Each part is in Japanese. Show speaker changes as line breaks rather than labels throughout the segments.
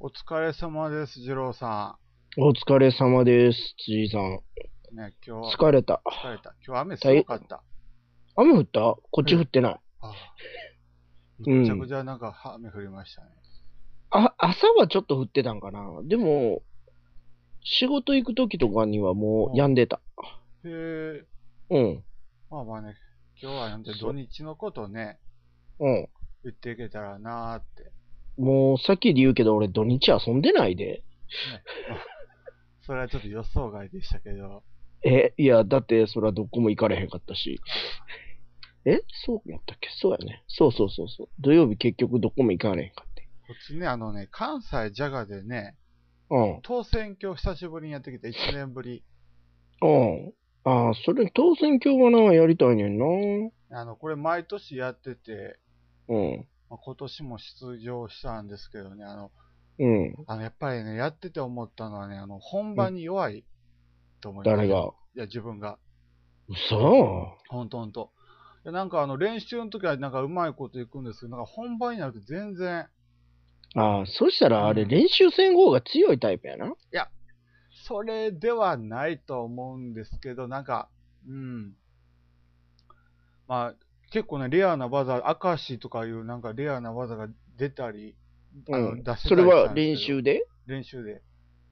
お疲れ様です、次郎さ
お疲れ様です、じいさん。
ん。ね、今日は
疲れた。
疲れた。今日雨すごかった。
雨降ったこっち降ってない。
ああ
うん
めちゃくちゃなんかは雨降りましたね。
あ、朝はちょっと降ってたんかな。でも、仕事行く時とかにはもう止んでた。
へえ、
うん。
まあまあね、今日はなんて土日のことね、
うん。
言っていけたらなーって。
もう、さっきで言うけど、俺土日遊んでないで。
それはちょっと予想外でしたけど、
え、いや、だって、それはどこも行かれへんかったし。えそうやったっけそうやね。そうそうそうそう。土曜日結局どこも行かれへんかって。
こっちね、あのね、関西ジャガでね、
うん。
当選挙久しぶりにやってきた、1年ぶり。
うん。ああ、それ当選今日はな、やりたいねんな。
あの、これ毎年やってて、
うん。
まあ今年も出場したんですけどね、あの、
うん。
あの、やっぱりね、やってて思ったのはね、あの、本番に弱いと思います。
誰が
いや、自分が。
嘘
ほんとほんと。いやなんかあの、練習の時はなんかうまいこといくんですけど、なんか本番になると全然、
ああ、そしたらあれ、
うん
練習戦方が強いタイプやな。
それではないと思うんですけど、なんか、うん。まあ、結構ね、レアな技、明石とかいうなんかレアな技が出たり、あの
うん
出してたりしたんですけ
それ
ど
は練習で
練習で。
う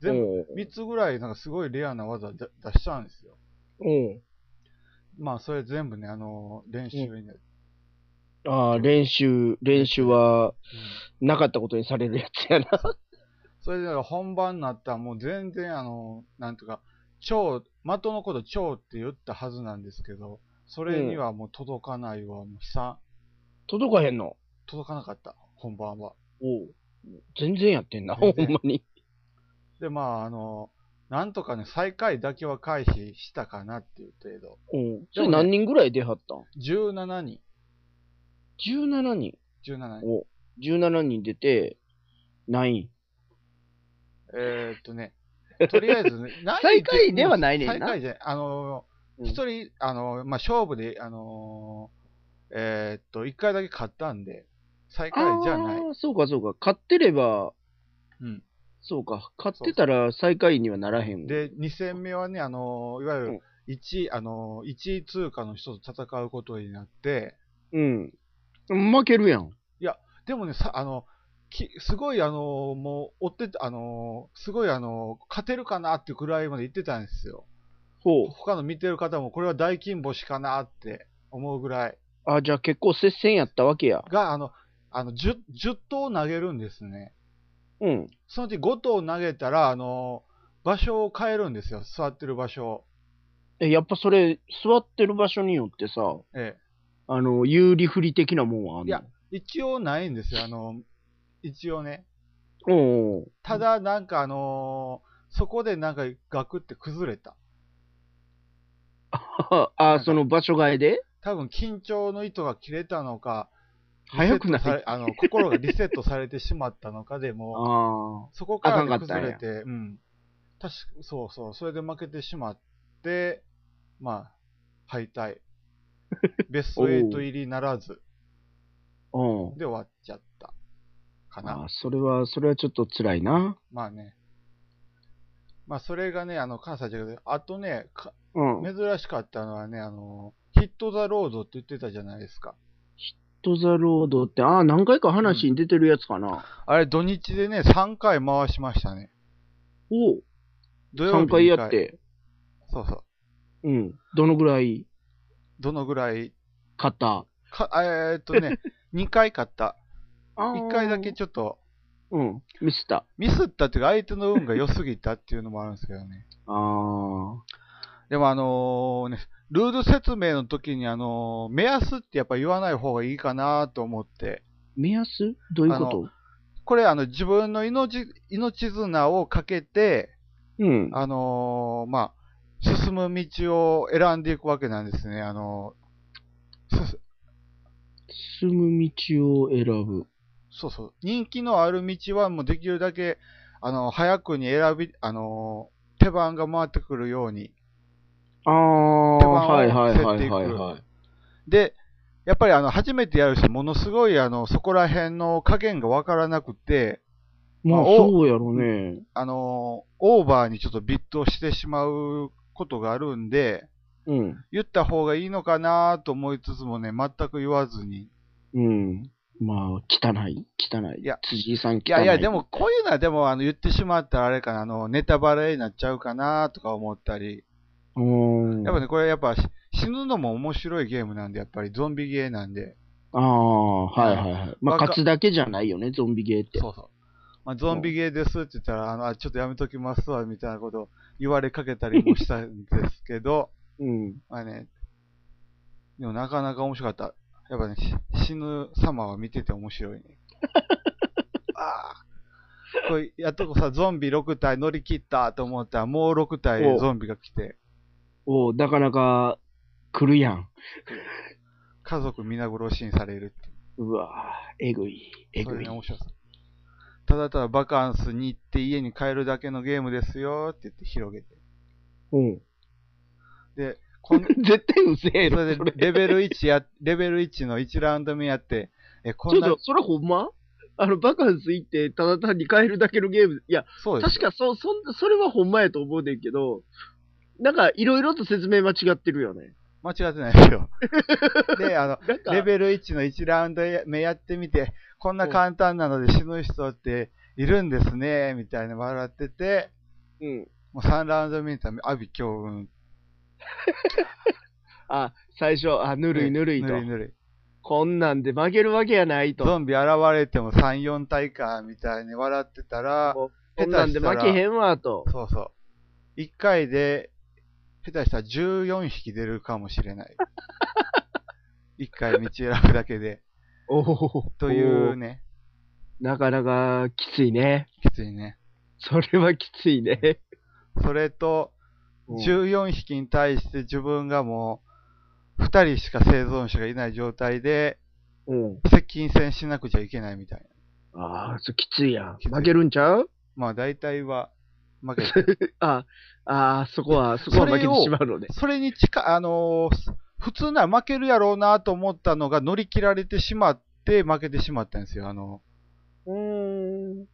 全部、
ん。
3つぐらいなんかすごいレアな技出出したんですよ。
うん。
まあ、それ全部ね、あのー練習に、うん
ああ、練習、練習はなかったことにされるやつや な。
それで本番になったらもう全然、あのーなんていうか、蝶、的のこと蝶って言ったはずなんですけど、それにはもう届かないわ、もう悲惨、
届かへんの。
届かなかった、本番は。
おう全然やってんな、ほ
全
ん
然
まに。
で、まあ、あのーなんとかね、最下位だけは回避したかなっていう程度。
うん。
で
そ
もね
れ何人ぐらい出はったん
17人、
?17 人。
17人。
おう17人出て、何位
えーっとね、とりあえず ね、何
最下位ではないねんな
最下位じゃない、あのー
うん
一人、あの、まあ、勝負で、あのーえーっと、一回だけ勝ったんで、最下位じゃない。
ああ、そうかそうか。勝ってれば、
うん。
そうか。勝ってたら最下位にはならへん。
で、二戦目はね、あのーいわゆ
う
る
ん
一位、あのー一位通過の人と戦うことになって、
うん。負けるやん。
でもね、さ、あの、きすごい、あのーもう、追ってて、あのーすごい、あのー勝てるかなってぐらいまで言ってたんですよ。
ほう。
他の見てる方も、これは大金星かなって思うぐらい。
あ、じゃあ結構接戦やったわけや。
が、あの、あの、10、10投投げるんですね。
うん。
そのうち5投投げたら、あの場所を変えるんですよ、座ってる場所を。
え、やっぱそれ、座ってる場所によってさ、
え
あの、有利不利的なもんはあんの
いや。え、一応ないんですよ、あの一応ね。
うんうん。
ただ、なんか、あのそこでなんかガクって崩れた。
あ、その場所替えで
多分緊張の糸が切れたのか、
早くな
リセットされ
い
あの心がリセットされてしまったのかでもう、
あ
そこから
あかんか
ね
ったん
崩
や
れて、うん。確か、そうそう、それで負けてしまって、まあ、敗 退。ベスト8入りならず。
あ。うん。
で終わっちゃったかな。
ああ、それは、それはちょっと辛いな。
まあね。まあそれがね、あの関西じゃなくて、あとね、か
うん。ヒッ
珍しかったのはね、あの、ヒット・ザ・ロードって言ってたじゃないですか。
トザロードって、ああ、何回か話に出てるやつかな。
あれ土日でね、3回回しましたね。
おう
土曜日
3回
二
やっ。て。
そうそう。
うん。どのぐらい
どのぐらい
勝った
か、えー、っと ね、2回勝った。
あ
1回だけ。ちょっと、
うん。ミスった。
ミスったっていうか、相手の運が良すぎたっていうのもあるんですけどね。
ああ。
でもあのね、ルール説明の時にあの目安ってやっぱ言わない方がいいかなと思って、
目安どういうこと
これあの自分の命命綱をかけて、
うん。
あのーまあ、進む道を選んでいくわけなんですね。あのーす
進む道を選ぶ。
そうそう。人気のある道はもうできるだけ、あの早くに選び、あのー手番が回ってくるように。
ああ、
手番を
はいはいは
競ってい
い
く
はいはい。
で、やっぱりあの初めてやる人、ものすごいあのそこら辺の加減がわからなくて、
まあ、
まあお
そうやろね。
あのーオーバーにちょっとビットをしてしまうことがあるんで、
うん。
言った方がいいのかなと思いつつもね、全く言わずに。
うん。まあ、汚い汚い。
いや
辻井さん汚い。
いやいや、でもこういうのはでもあの言ってしまったらあれかな、あの、ネタバレになっちゃうかなとか思ったり。
うーん。
やっぱね、これやっぱし死ぬのも面白いゲームなんで、やっぱりゾンビゲーなんで。
ああ、はいはいはい。まあ、
若
勝つだけじゃないよね、ゾンビゲーって。
そうそう。まあ、ゾンビゲーですって言ったら、あの、あちょっとやめときますわ、みたいなことを言われかけたりもしたんですけど、
うん。
まあね、でもなかなか面白かった。やっぱね、し死ぬ様は見てて面白 いね。ああ。これ、やっとこさ、ゾンビ6体乗り切ったと思ったら、もう6体
お
ゾンビが来て、
おうなかなか来るやん。
家族皆殺しにされるっていう
わぁ、えぐい、え
う。そ
ぐ
れ
い
が。面白さ。ただただバカンスに行って家に帰るだけのゲームですよって言って広げて。
うん。
で、こん
絶対うせえ
そ
ろ、
れ
それ
でレベル1や、レベル1の1ラウンド目やって、え、こ
ちょ
ん
っ
な
と、、それほんまあの、バカンス行って、ただ単に帰るだけのゲーム。いや、
そうです
確かそう、そんな、それはほんまやと思うねんけど、なんか、いろいろと説明間違ってるよね。
間違ってないで すよ。で、あの、
なんか、
レベル1の1ラウンド目やってみて、こんな簡単なので死ぬ人っているんですね、みたいな笑ってて、
うん。
もう3ラウンド目にた阿ビ強運。
あ、最初、あ、ぬるいぬるいと
ぬ。るいぬるい。
こんなんで負けるわけやないと。
ゾンビ現れても3、4体か、みたいに笑ってたら、
こ
下手
んなんで
した
負
ら
けへんわと。
そうそう。1回で、下手したら14匹出るかもし れない。1回道選ぶだけで。
おお。
というね、
なかなかきついね。
きついね。
それはきついね。
それと、14匹に対して自分がもう、2人しか生存者がいない状態で、
うん。
接近戦しなくちゃいけないみたいな。
ああ、それきついやん。
きつい
負けるんちゃう
まあ大体は負け て。
ああー、そこは、そこは負けてしまうのね。
それに近い、あのー普通なら負けるやろうなと思ったのが乗り切られてしまって負けてしまったんですよ。あの、
うーん。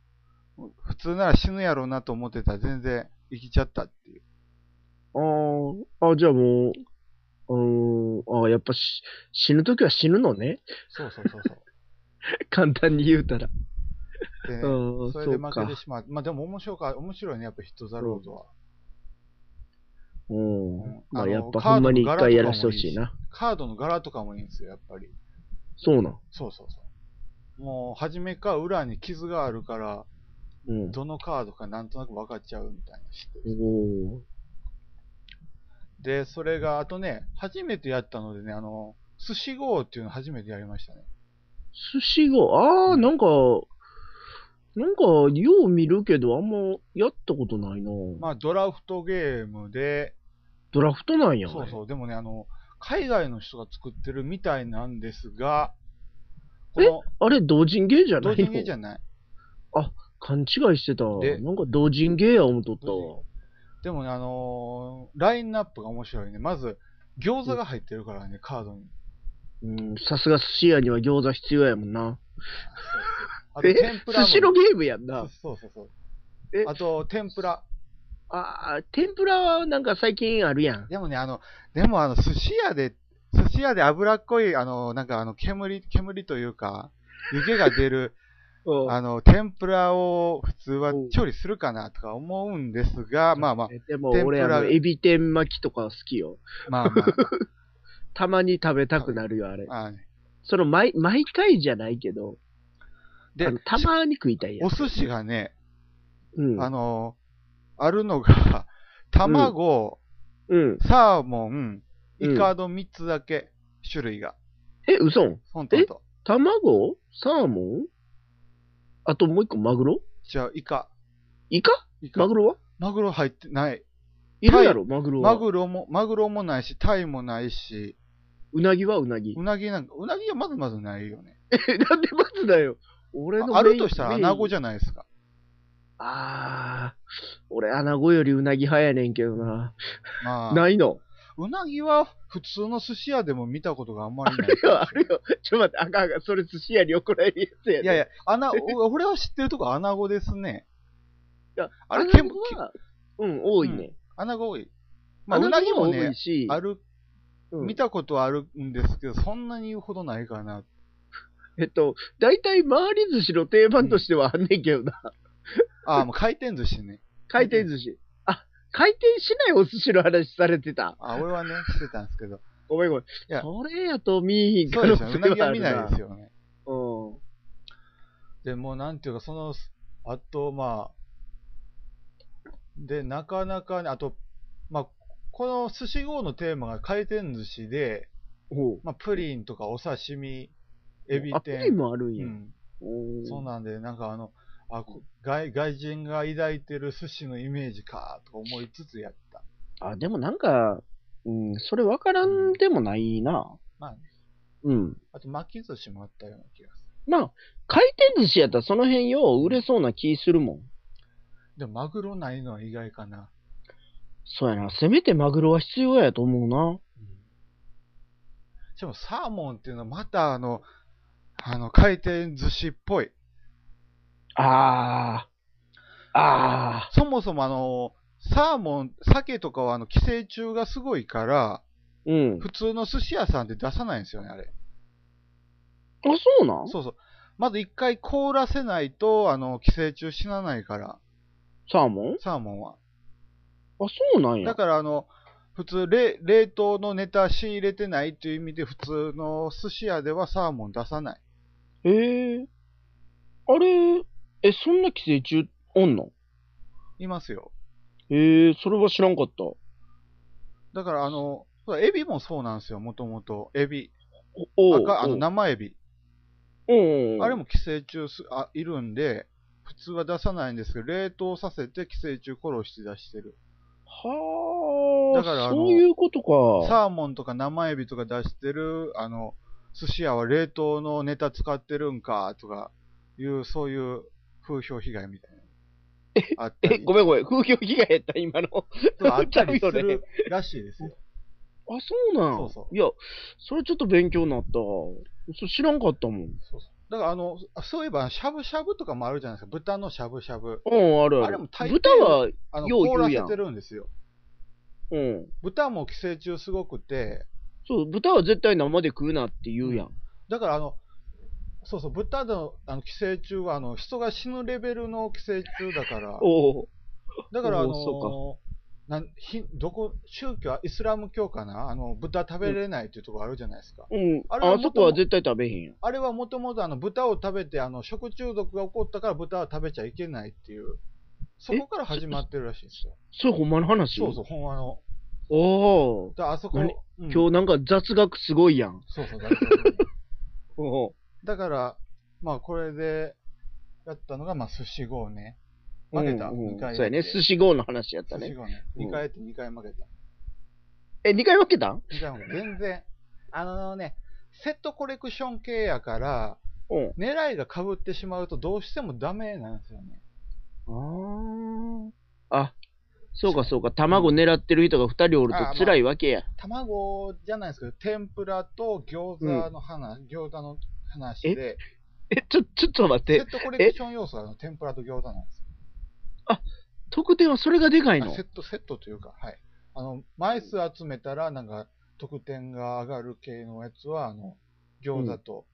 普通なら死ぬやろうなと思ってたら全然生きちゃったっていう。
あーあ、じゃあもう、うーん、ああ、やっぱし死ぬときは死ぬのね。
そうそうそうそ
簡単に言うたら。
う。 でね、
うん、
そ
そ
れで
う
負け
か
て。しまう。まあでも面白か、面白いね、やっぱヒットザロードは。
うん
うん。
ま
あ
あ
の
やっぱほんまに一
カードの
回やらせてほしいな。
カードの柄とかもいいんですよ、やっぱり。
そうなん。
そうそうそう。もう、初めから裏に傷があるから、
うん。
どのカードかなんとなく分かっちゃうみたいな知ってる
おお。
で、それが、あとね、初めてやったのでね、あの、寿司号っていうの初めてやりましたね。
寿司号、ああ、なんか、なんか、よう見るけど、あんまやったことないな。
まあ、ドラフトゲームで、
ドラフトなんや。
そうそう、でもね、あの、海外の人が作ってるみたいなんですが、この、
あれ、同人芸じゃな
同
いの
人芸じゃない。
勘違いしてた。
で
なんか同人芸や思っとったわ。
でもね、あのーラインナップが面白いね。まず、餃子が入ってるからね、カードに。
うん、さすが寿司屋には餃子必要やもんな。
あと、
え
天ぷら
寿司
も。
のゲームやんな。
そうそうそうそう
え。
あと、天ぷら。
ああ、天ぷらはなんか最近あるやん。
でもね、あの、でもあの、寿司屋で、寿司屋で脂っこい、あの、なんかあの、煙、煙というか、湯気が出る、
うん
あの、天ぷらを普通は
うん
調理するかなとか思うんですが、まあまあ、
でも
天ぷ
俺
ら
あの、エビ天巻きとか好きよ。
まあま
たまに食べたくなるよ、あれ。
あ、あのね
その毎、毎回じゃないけど、
で
あの、たまに食いたいや
お
つ。
寿司がね、
うん。
あの、あるのが、卵、
うん。
サーモン、
うん
イカの3つだけ、種類が。
え、嘘
ほんとほんと。
卵サーモンあともう一個マグロ
じゃあ、イカ。
イカ
イカ
マグロは
マグロ入ってない。
いるやろ、マグロは。
マグロも、マグロもないし、タイもないし、
うなぎはうなぎ。
うなぎなんか、うなぎはまずまずないよね。
え、 なんでまずだよ。俺の
ああるとしたら、アナゴ
ゃ。
じゃないですか。
あー、俺アナゴよりうなぎ派やねんけどな。
まあ、
ないの。
うなぎは普通の寿司屋でも見たことがあんま りない。
あるよ、あるよ。ちょ、待って、あかんあかん。それ寿司屋に怒られるやつやで。
いやいや、穴、お俺は知ってるとこ穴子ですね。
いや、
あれ、
穴
結
子
構、
は、うん、多いね。
穴子多い。ま
まあ、
あ、う
う
な
な
ぎ
ぎ
も
も多
ね
い、し、
ある、
うん
見たことはあるんですけど、そんなに言うほどないかな。
えっと、大体回り寿司の定番としてはあんねんけどな。
ああ、もう回転寿司ね。
回転寿司。あ、回転しないお寿司の話されてた。
あ俺はね、してたんです けど。
ごめんごめん。
や
それやと見えへん
そ
可能
うですよね。
性
うなぎ
は
は
あ
見
る
ない
な。
ですよね。
うん。
でもうなんていうか、その、あと、まあ、で、なかなかね、あと、まあ、この寿司号のテーマが回転寿司で、
おう
まあ、プリンとかお刺身、エビ
あプリン
天、
もあるん
う
や。
ん、
お
そうなんで、なんかあの、あこ外外人が抱いてる寿司のイメージか、とか思いつつやった。
あ、でもなんか、うん、それ分からんでもないな。
まあね、
うん。
あと巻き寿司もあったような気がする。
まあ、回転寿司やったらその辺よう売れそうな気するもん。
でも、マグロないのは意外かな。
そうやな。せめてマグロは必要やと思うな。
しかもサーモンっていうのはまたあの、あの、回転寿司っぽい。
ああ。ああ。
そもそもあの、サーモン、鮭とかはあの、寄生虫がすごいから、
うん。
普通の寿司屋さんで出さないんですよね、あれ。
あ、そうなん
そうそう。まず一回凍らせないと、あの、寄生虫死なないから、
サーモンあ、
サーモンは。
そうなんや。
だからあの、普通冷、冷凍のネタ仕入れてないっていう意味で、普通の寿司屋ではサーモン出さない。
ええあれ、え、そんな寄生虫おんの
いますよ。
ええそれは知らんかった。
だからあの、そうエビもそうなんですよ、もともと。エビ。
おおう
赤、あの、
おう
生エビ。
うんうん。
あれも寄生虫すあいるんで、普通は出さないんですけど、冷凍させて寄生虫殺して出してる。
はあ、
だからあの
そういうことか。
サーモンとか生エビとか出してる、あの、寿司屋は冷凍のネタ使ってるんか、とかいう、そういう風評被害みたいな。あった
え、
り
ごめんごめん。風評被害やった、今の。
とかあったりす
ちゃうよ
るらしいですよ。
あ、そうなん
そうそう
いや、それちょっと勉強になった。それ知らんかったもん。
だからあの、そういえば、しゃぶしゃぶとかもあるじゃないですか。豚のしゃぶしゃぶ。
うん、あるあ
あれ
る
も。大抵
豚は、
あの、
よう言
凍
う
ら
やん
せてるんですよ。
うん。
豚も寄生虫すごくて、
そう、豚は絶対生で食うなって言うやん。
だからあの、そうそう、豚のあの寄生虫はあの人が死ぬレベルの寄生虫だから、
おお。
だからあの
おーそ
なんひどこ宗教、イスラム教かな、あの豚食べれないっていうところあるじゃないですか。
うん。
あ
あ
れは
そこは絶対食べへんやん。
あれはもともと豚を食べてあの食中毒が起こったから豚は食べちゃいけないっていう、そこから始まってるらしいんですよ。
それほんまの話
そうそう、ほんまの。
う。おお。
だからあそこ、
何
うん
今日なんか雑学すごいやん。
そうそう、大丈夫
おお。
だから、まあこれでやったのが、まあ寿司号ね。負けた、
うんうん
二回
そうやね。
やって
寿司号の話やった
寿司
ね。
後ね。
うん
2回やって2回負けた。
え、2回負けたん
2回も全然。あのね、セットコレクション系やから、
うん。
狙いが被ってしまうとどうしてもダメなんですよね。
ああ。あ、そうかそうか。卵狙ってる人が2人おると辛いわけや。
卵じゃないですけど、天ぷらと餃子の話、餃子の話で、
え、ちょ、ちょっと待っ
セ
て
ッ。トコレクション要素があの天ぷらと餃子なんですよ。
特典はそれがでかい
あ
の
セ。ット、セットというか、はい。あの、枚数集めたら、なんか、得点が上がる系のやつは、あの、餃子と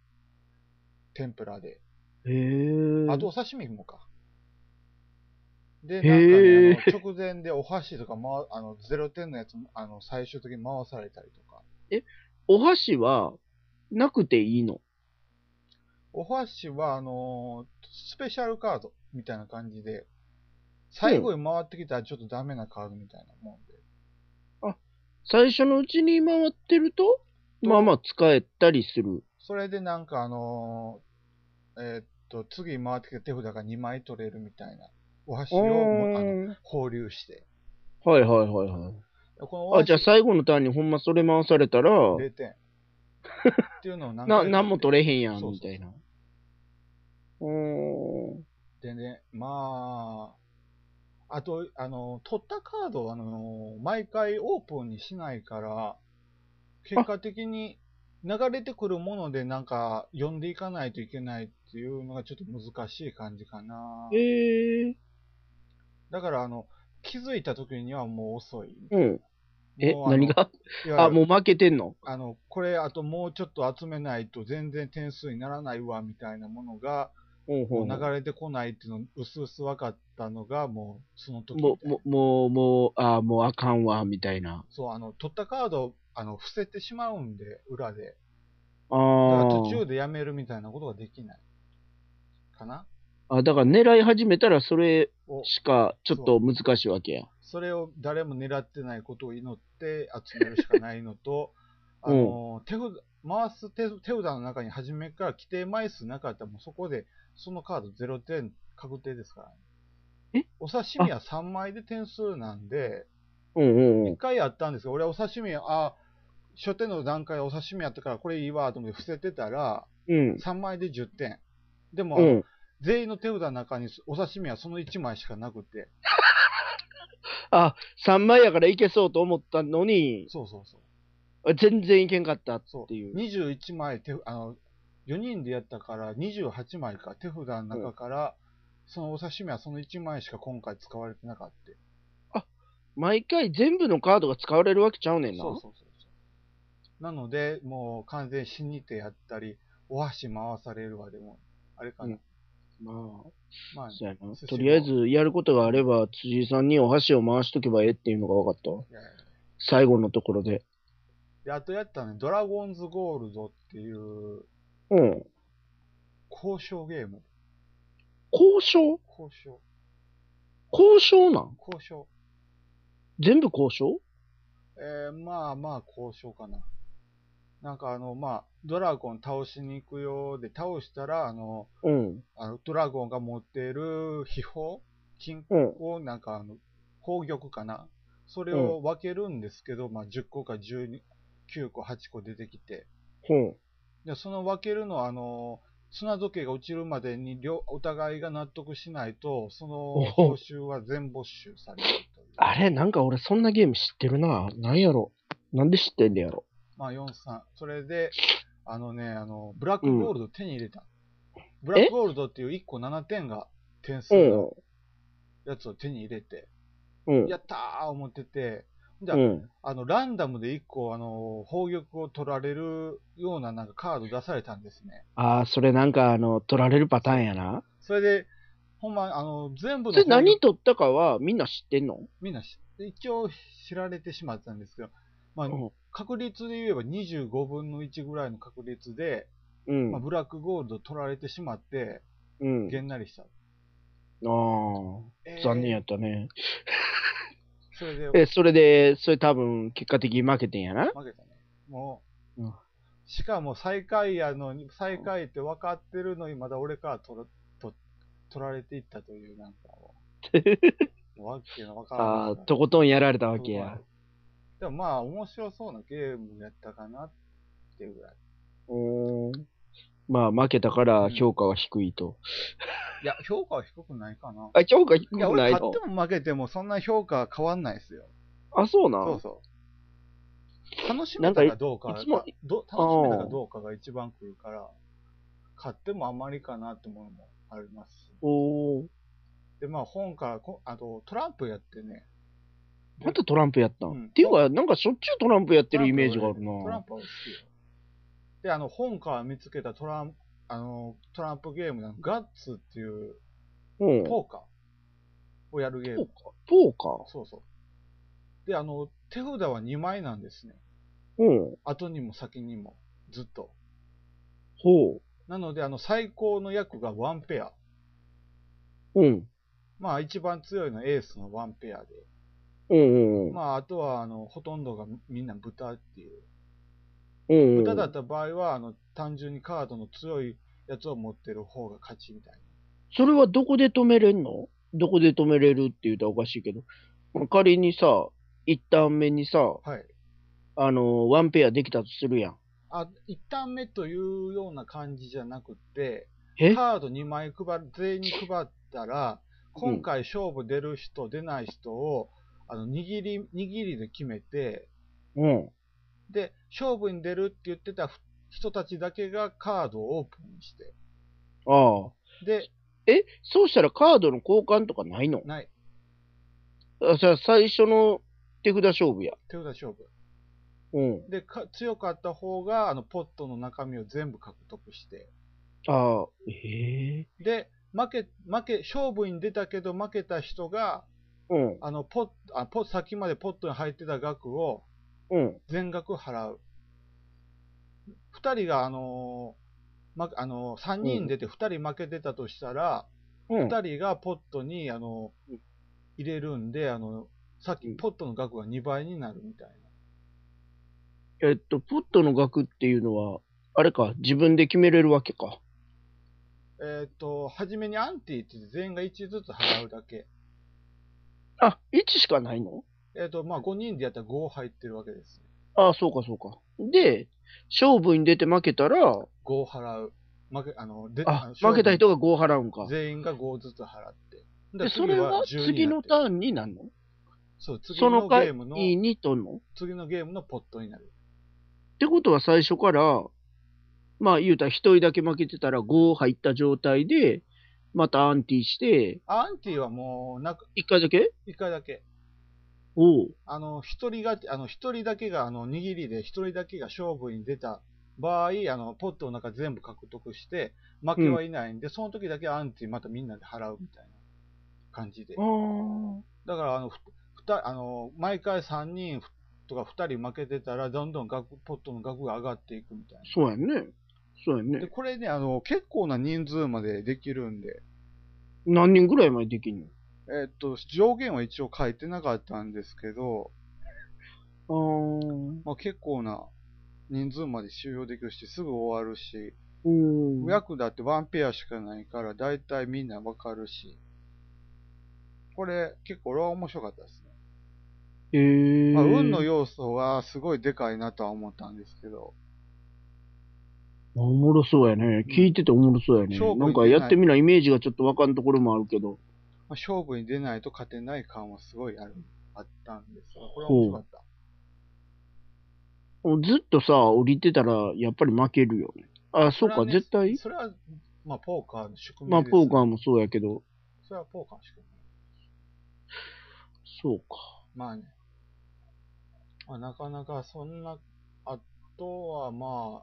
天ぷらで。
へえ。
あとお刺身もか。で、なんか
へー
ね、あの直前でお箸とか、ま、あの0点のやつもあの最終的に回されたりとか。
お箸は、なくていいの。
お箸は、あのースペシャルカードみたいな感じで、最後に回ってきたらちょっとダメなカードみたいなもんで。
最初のうちに回ってると、
と
まあまあ使えたりする。
それでなんかあのーえーっと、次回ってきた手札が2枚取れるみたいな。お箸をもあの
あ
放流して。
ーはいはいはいはい。
このお
あ、
箸
じゃあ最後のターンにほんまそれ回されたら、
0 点。っていうのを何
な、
回
なんも取れへんやん、
そうそう
みたいな。うーん。
でね、まあ、あと、あの、取ったカードを、あの、毎回オープンにしないから、結果的に流れてくるものでなんか読んでいかないといけないっていうのがちょっと難しい感じかな。
ええ
だから、あの、気づいた時にはもう遅い。
うん。え、
もうあの
何が
いわ
あ、
ゆる
もう負けてんの
あの、これ、あともうちょっと集めないと全然点数にならないわ、みたいなものが、
ほう
も
ほう
う
ほう
流れてこないっていうの、うすうす分かったのが、もう、その時
もう、もう、もう、もう、あーもうあかんわ、みたいな。
そう、あの、取ったカードを、あの、伏せてしまうんで、裏で。
あ
だから
あ。
途中でやめるみたいなことができない。かな
あ、だから狙い始めたらそれ
を、
しかちょっと難しいわけや。
それを誰も狙ってないことを祈って集めるしかないの と、あの、手札、回す手手札の中に初めから規定枚数なかったら、もうそこで、そのカード0点確定ですからね。お刺身は3枚で点数なんで、
うんうんう
1
ん。
回やったんですよ。俺はお刺身、あ、初手の段階お刺身やったからこれいいわと思って伏せてたら、
うん。
3枚で10点。でも、
うん。
全員の手札の中にお刺身はその1枚しかなくて。
あ、3枚やからいけそうと思ったのに、
そうそうそう。
あ全然いけんかったっ
そう
ていう。
21枚手、あの、4人でやったから28枚か、手札の中から、そのお刺身はその1枚しか今回使われてなかった。
毎回全部のカードが使われるわけちゃうねんな。
そうそうそうそう。なので、もう完全に死に手やったり、お箸回されるわでも、あれか
う
な。
んま
まあ
あ、、そうやな。
寿司も
とりあえずやることがあれば、辻井さんにお箸を回しとけばええっていうのが分かったわ。
いやいや
最後のところで。
で、あとやったね、ドラゴンズゴールドっていう、
うん。
交渉ゲーム。
交渉
交渉。
交渉なん
交渉。
全部交渉
えー、まあまあ交渉かな。なんかあの、まあ、ドラゴン倒しに行くようで、倒したら、あの、
うん。
あのドラゴンが持っている秘宝、金
うん。
を、なんかあの、宝玉かな。それを分けるんですけど、まあ10個か12、9個、8個出てきて。
うん。
で、その分けるのは、あの、砂時計が落ちるまでに両、お互いが納得しないと、そ
お
の
ほ
報酬は全没収されるという。
あれなんか俺そんなゲーム知ってるな。なんやろなんで知ってんねやろ
まあ、4、3。それで、あのね、あの、ブラックゴールド手に入れた。ブラックゴールドっていう1個7点が点数のやつを手に入れて、
うん。
やったー思ってて、じゃ
う
あ、
ん。
あの、ランダムで1個、あの、宝玉を取られるようななんかカード出されたんですね。
ああ、それなんかあの、取られるパターンやな。
それで、ほんま、あの、全部
そ
の
れ
宝
何
玉、
取ったかはみんな知ってんの
みんな知一応知られてしまったんですけど、まあ
う、ん
確率で言えば25分の1ぐらいの確率で、
う
まあ、
ん。
ブラックゴールド取られてしまって、
うん。
げんなりした。
ああ、残念や
え
ったね。
ーそれで
え、それで、それ多分、結果的に負けてんやな。
負けたね。もう、
うん
しかも最下位やのに、最下位って分かってるのに、まだ俺から取ると取られていったという、なんかもう、わけの分から
あ
ん
あ、とことんやられたわけ
そう
や
そ。でもまあ、面白そうなゲームやったかなっていうぐらい。
うーん。まあ、負けたから評価は低いと。
いや、評価は低くないかな。
あ、評価低く
いや、
な
俺
い
勝
の
っても負けてもそんな評価変わんないですよ。
あ、そうな
そう
の
そう。楽しめたかどうか
なんかいいつも
ど楽しめたかどうかが一番来るから、買ってもあまりかなってものもありますし。
おー。
で、まあ本からこ、あとトランプやってね。
またトランプやったん、
うん
っていうか、なんかしょっちゅうトランプやってるイメージがある
トラン
な。
プは好きよ。で、あの本から見つけたトランあのトランプゲームのガッツっていう
うん。ポ
ポーカーをやるゲー
ー
ム。
カー。ポーカ
そうそう。で、あの、手札は2枚なんですね。
ー。うん。
後にも先にも、ずっと。
ほ
なので、あの、最高の役がワンペア。
う。うん。
まあ、一番強いのはエースのワンペアで。
うんうんうん。
まあ、あとは、あの、ほとんどがみんな豚っていう。
うんうん、
豚だった場合は、あの、単純にカードの強いやつを持ってる方が勝ちみたいな。
それはどこで止めれんのどこで止めれるって言うたらおかしいけど。仮にさ、一旦目にさ、
はい。
あのーワンペアできたとするやん。
あ、一旦目というような感じじゃなくて、
え
カード2枚配る、全員に配ったら、今回勝負出る人、出ない人を、あの、握り、握りで決めて、
うん。
で、勝負に出るって言ってたふ人たちだけがカードをオープンにして。
ああ。
で、
え、そうしたらカードの交換とかないの
ない。
あじゃあ最初の手札勝負や。
手札勝負。
うん。
で、か強かった方が、あの、ポットの中身を全部獲得して。
ああ。ええ
で、負け、負け、勝負に出たけど負けた人が、
うん。
あの、ポッ、あ、ポッ、先までポットに入ってた額を
うん。
全額払う。二人が、あのーま、あのー、三人出て二人負けてたとしたら、
うん。
二人がポットに、あの
う
ー
ん、
入れるんで、あの、さっき
うん
ポットの額が2倍になるみたい
えっと、ポットの額っていうのは、あれか、自分で決めれるわけか。
な。えっ、と、初めにアンティって言って全員が1ずつ払うだけ。
あ、1しかないの
えっ、と、まあ、5人でやったら5入ってるわけですね。
ああ、そうか、そうか。で、勝負に出て負けたら、
5払う。負け、あの、で
あ、
の
負けた人が5払うんか。
全員が5ずつ払って。
で、
で
それは
12
次の
に
タ
なって
ーンになるの
そう、次
その
の
回
ゲームの、
にとんのっ
次のゲームのポットになる。
てことは最初から、まあ言うたら1人だけ負けてたら5入った状態で、またアンティして、
あアンティはもう、なく、
1回だけ
一回だけ。
おう。
あの、一人が、あの、一人だけが、あの、握りで、一人だけが勝負に出た場合、あの、ポットの中全部獲得して、負けはいないんで、その時だけアンティまたみんなで払うみたいな感じで。
あ
だから、あの、ふふた、あの、毎回三人とか二人負けてたら、どんどん額、ポットの額が上がっていくみたい
そうやね。そうや
な。で、
ね。
これね、あの、結構な人数までできるんで、
何人ぐらいまでできん
えっと、上限は一応書いてなかったんですけど、
のああ。
まあ、結構な人数まで収容できるし、すぐ終わるし、
うん。
役だってワンペアしかないから、だいたいみんなわかるし、これ結構俺は面白かったですね。
えー。
まあ、運の要素はすごいでかいなとは思ったんですけど、
おもろそうやね。聞いてておもろそうやね。
勝負
なんかやってみなイメージがちょっとわかんところもあるけど。
まあ、勝負に出ないと勝てない感はすごいある、あったんですが、これは面白かった。
ずっとさ、降りてたら、やっぱり負けるよね。あ、そうか、
れはね
絶対。
それは、まあ、ポーカーの宿命
まあ、
です
ポーカーもそうやけど、
それはポーカーの仕組み。
そうか。
まあね。まあ、なかなかそんな、あとはまあ、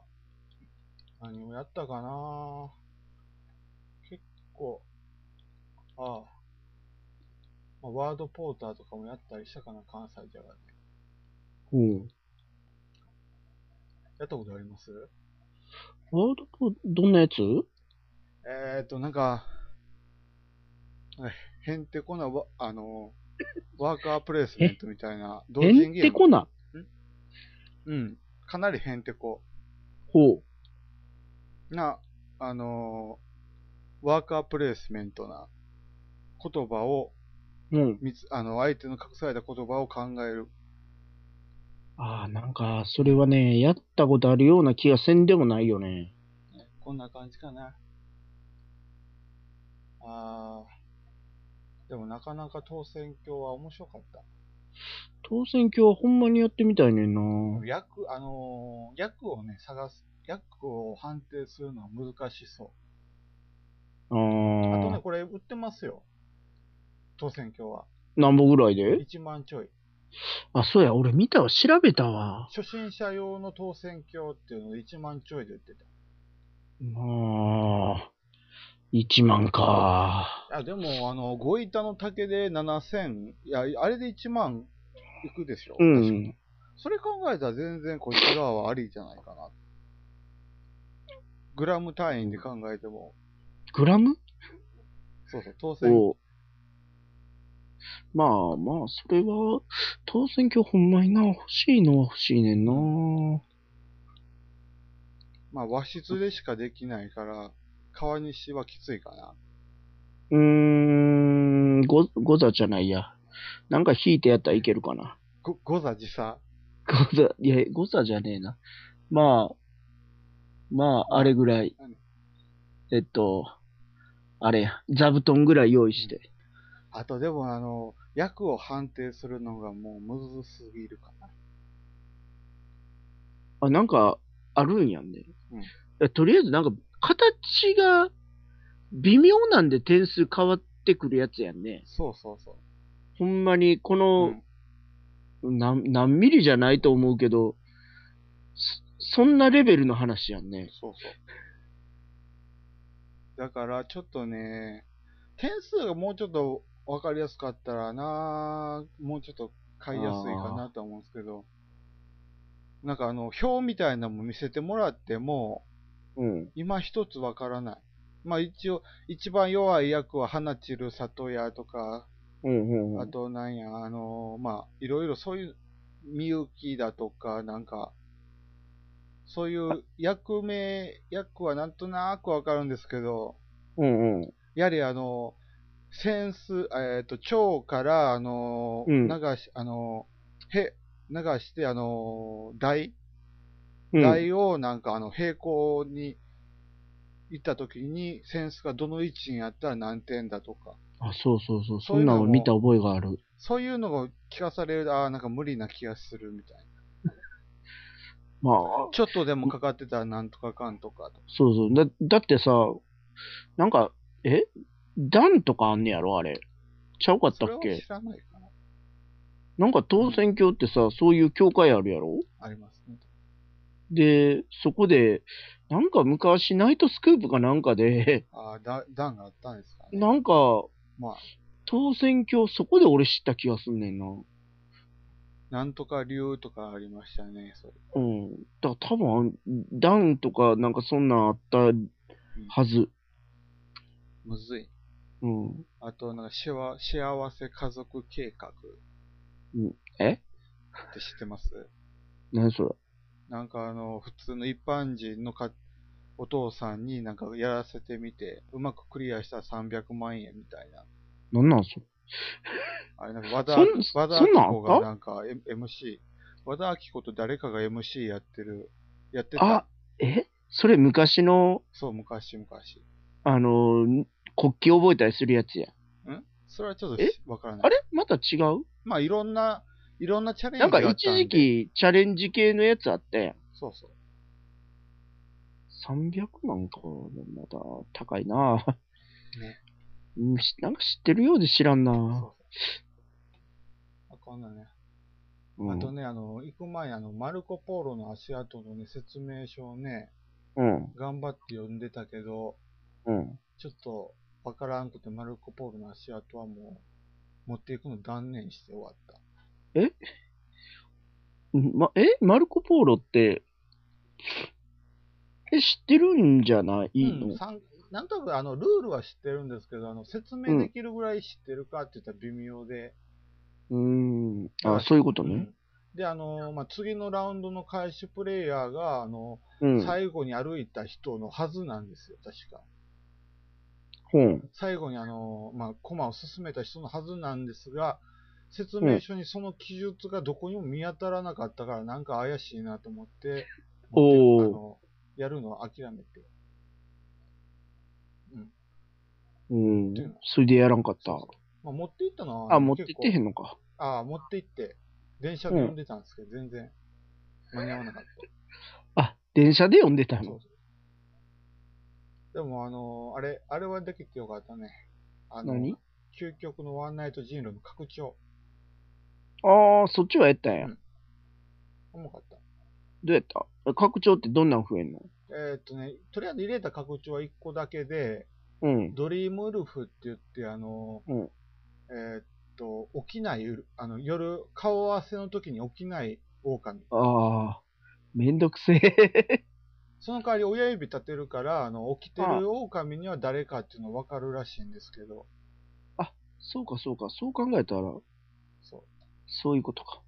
何をやったかな結構、ああ、まあ、ワードポーターとかもやったりしたかな、関西ではね。
うん。
やったことあります
ワードポどんなやつ
えーと、なんか、えへんてこなわ、あ の、ワーカープレイスメントみたいな、同
へ
人
ん
ゲ
て
ーム。
こな。
うん。かなりへんてこ。
ほう。
な、あのーワーカープレイスメントな言葉を、
うん。
みつあの、相手の隠された言葉を考える。
ああ、なんか、それはね、やったことあるような気がせんでもないよね。
ねこんな感じかな。あー、でもなかなか当選挙は面白かった。
当選挙はほんまにやってみたいねんな。
役、あのー役をね、探す、役を判定するのは難しそう。あと
あ
ね、
あ。
これ売ってますよ。当選挙は。
何本ぐらいで
1万ちょい。
あ、そうや、俺見たわ、調べたわ。
初心者用の当選挙っていうので1万ちょいで売ってた。
ああ。1万か。
あでも、あの、五板の竹で7000、いや、あれで1万いくでしょ。
う
確か
ん。
それ考えたら全然こっち側はありじゃないかな。グラム単位で考えても、
グラム
そうそう、当選。
を、まあまあ、それは、当選挙ほんまにな、欲しいのは欲しいねんな。
まあ、和室でしかできないから、川西はきついかな。
うーん、ご、ござじゃないや。なんか引いてやったらいけるかな。
ご、ご座自差。
ござ、いや、ござじゃねえな。まあ、まあ、あれぐらい
何。
えっと、あれや、座布団ぐらい用意して。
あとでもあの、役を判定するのがもうむずすぎるかな。
あ、なんか、あるんやんね。
うん
いやとりあえず、なんか、形が微妙なんで点数変わってくるやつやんね。
そうそうそ
ほんまに、こ
う。
の、なん、何ミリじゃないと思うけど、そそんなレベルの話やんね。
そうそう。だから、ちょっとね、点数がもうちょっと分かりやすかったらな、もうちょっと買いやすいかなと思うんですけど、なんかあの、表みたいなのも見せてもらっても、
うん。
今一つ分からない。まあ一応、一番弱い役は花散る里屋とか、
うんうんう
あ
ん。
となんや、あのーまあ、いろいろそういう、みゆきだとか、なんか、そういう役名、役はなんとなくわかるんですけど、
うんうん。
やはりあの、センス、えっ、と、蝶から、あのー
うん
流し、あのーへ、流して、あのー台、
うん
台をなんかあの、平行に行った時に、センスがどの位置にあったら何点だとか、
あ、そうそうそう。
そ
そう
いうんの
な
も
の見た覚えがある。
そういうのが聞かされる、ああ、なんか無理な気がするみたいな。
まあ、
ちょっとでもかかってたらなんとかかんとかと。
そうそう。だ、だってさ、なんか、え段とかあんねやろあれ。ちゃうかったっ
それは
け
知らないかな。
なんか当選教ってさ、そういう教会あるやろ
ありますね。
で、そこで、なんか昔、ナイトスクープかなんかで、
ああ、だ、段があったんですかね。
なんか、
まあ、
当選教、そこで俺知った気がすんねんな。
なんとか流とかありましたね、それ。
うん。だから多分、段とかなんかそんなんあったはず。
むずい。
うん。
あと、なんか、しわ、幸せ家族計画っ
うんえ
て知ってます
何それ
なんかあの、普通の一般人のか、お父さんになんかやらせてみて、うまくクリアしたら300万円みたいな。
なんなんそれ
あれ、なんか和田、
そん
和田
そんなん
明
あった
子がなんか、M、MC、和田明子と誰かが MC やってる、やってた。
あ、えそれ昔の、
そう、昔々。
あのー、国旗覚えたりするやつや。
んそれはちょっと
え
しわからな
あ
い。
れまた違う
まあ、いろんな、いろんなチャレン
な
ジ
ん
が
か
あった
一
んで。
時。期チャレンジ系のやつあったやん。
そうそう。
300万か。まだ高いな。
ね
うんしなんか知ってるようで知らん
そう
な。
そうあ、こんなね。
うん。
あとね、あの、行く前にあの、マルコ・ポーロの足跡のね、説明書をね、
うん。
頑張って読んでたけど、
うん。
ちょっと、わからんくて、マルコ・ポーロの足跡はもう、持っていくの断念して終わった。
ま、えマルコ・ポーロって、え、知ってるんじゃないの、
うん、さんなんとなくあのルールは知ってるんですけど、あの説明できるぐらい知ってるかって言ったら微妙で、
うん、ん。あ、そういうこと
う
ね
ん。であのまあ、次のラウンドの開始プレイヤーがあの、
うん。
最後に歩いた人のはずなんですよ、確か。
うん。
最後にあの、まあ、駒を進めた人のはずなんですが、説明書にその記述がどこにも見当たらなかったから、なんか怪しいなと思って、
おー
あのやるのを諦めて。
うん。それでやらんかった。
まあ、持って行ったのは、
あ、持ってってへ
結
んのか。
構ああ、持って行って、電車で呼んでたんですけど、全然間に合わなかった。
あ、電車で読んでた
そう
の。
そうでも、あのーあれ、あれはできてよかったね。あの
何
究極のワンナイト人狼の拡張。
ああ、そっちはやったんや。
うん重かった。
どうやった拡張ってどんなん増えんの
えーっとね、とりあえず入れた拡張は1個だけで、
うん。
ドリームウルフって言って、あのー
うん
えーっと、起きないウル、あの、夜、顔合わせの時に起きない狼。
ああ、めんどくせえ。
その代わり親指立てるから、あの、起きてる狼には誰かっていうの分かるらしいんですけど、
そうか、そうか、そう考えたら、
そう、
そういうことか。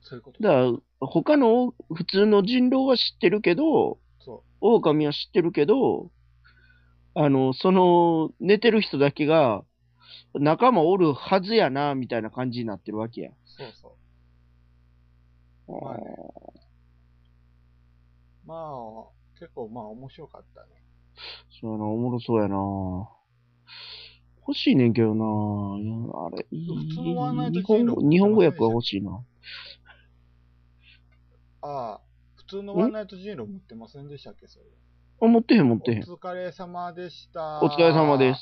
そういうこと。
だから、他の普通の人狼は知ってるけど、
そ
狼は知ってるけど、あの、その、寝てる人だけが、仲間おるはずやな、みたいな感じになってるわけや。
う、そうそう。
あ
まあ
ー
ねまあ、結構まあ面白かったね。
そうやな、おもろそうやな。欲しいねんけどなぁ。あれ、い
普通のワンナイ
日
トヒー
本
ロー
語、日本語訳は欲しいな。
ああ、普通のワンナイト人狼持ってませんでしたっけ、それ。
あ、持ってへん持っ
お
てへん。
疲れ様でした。
お疲れ様です。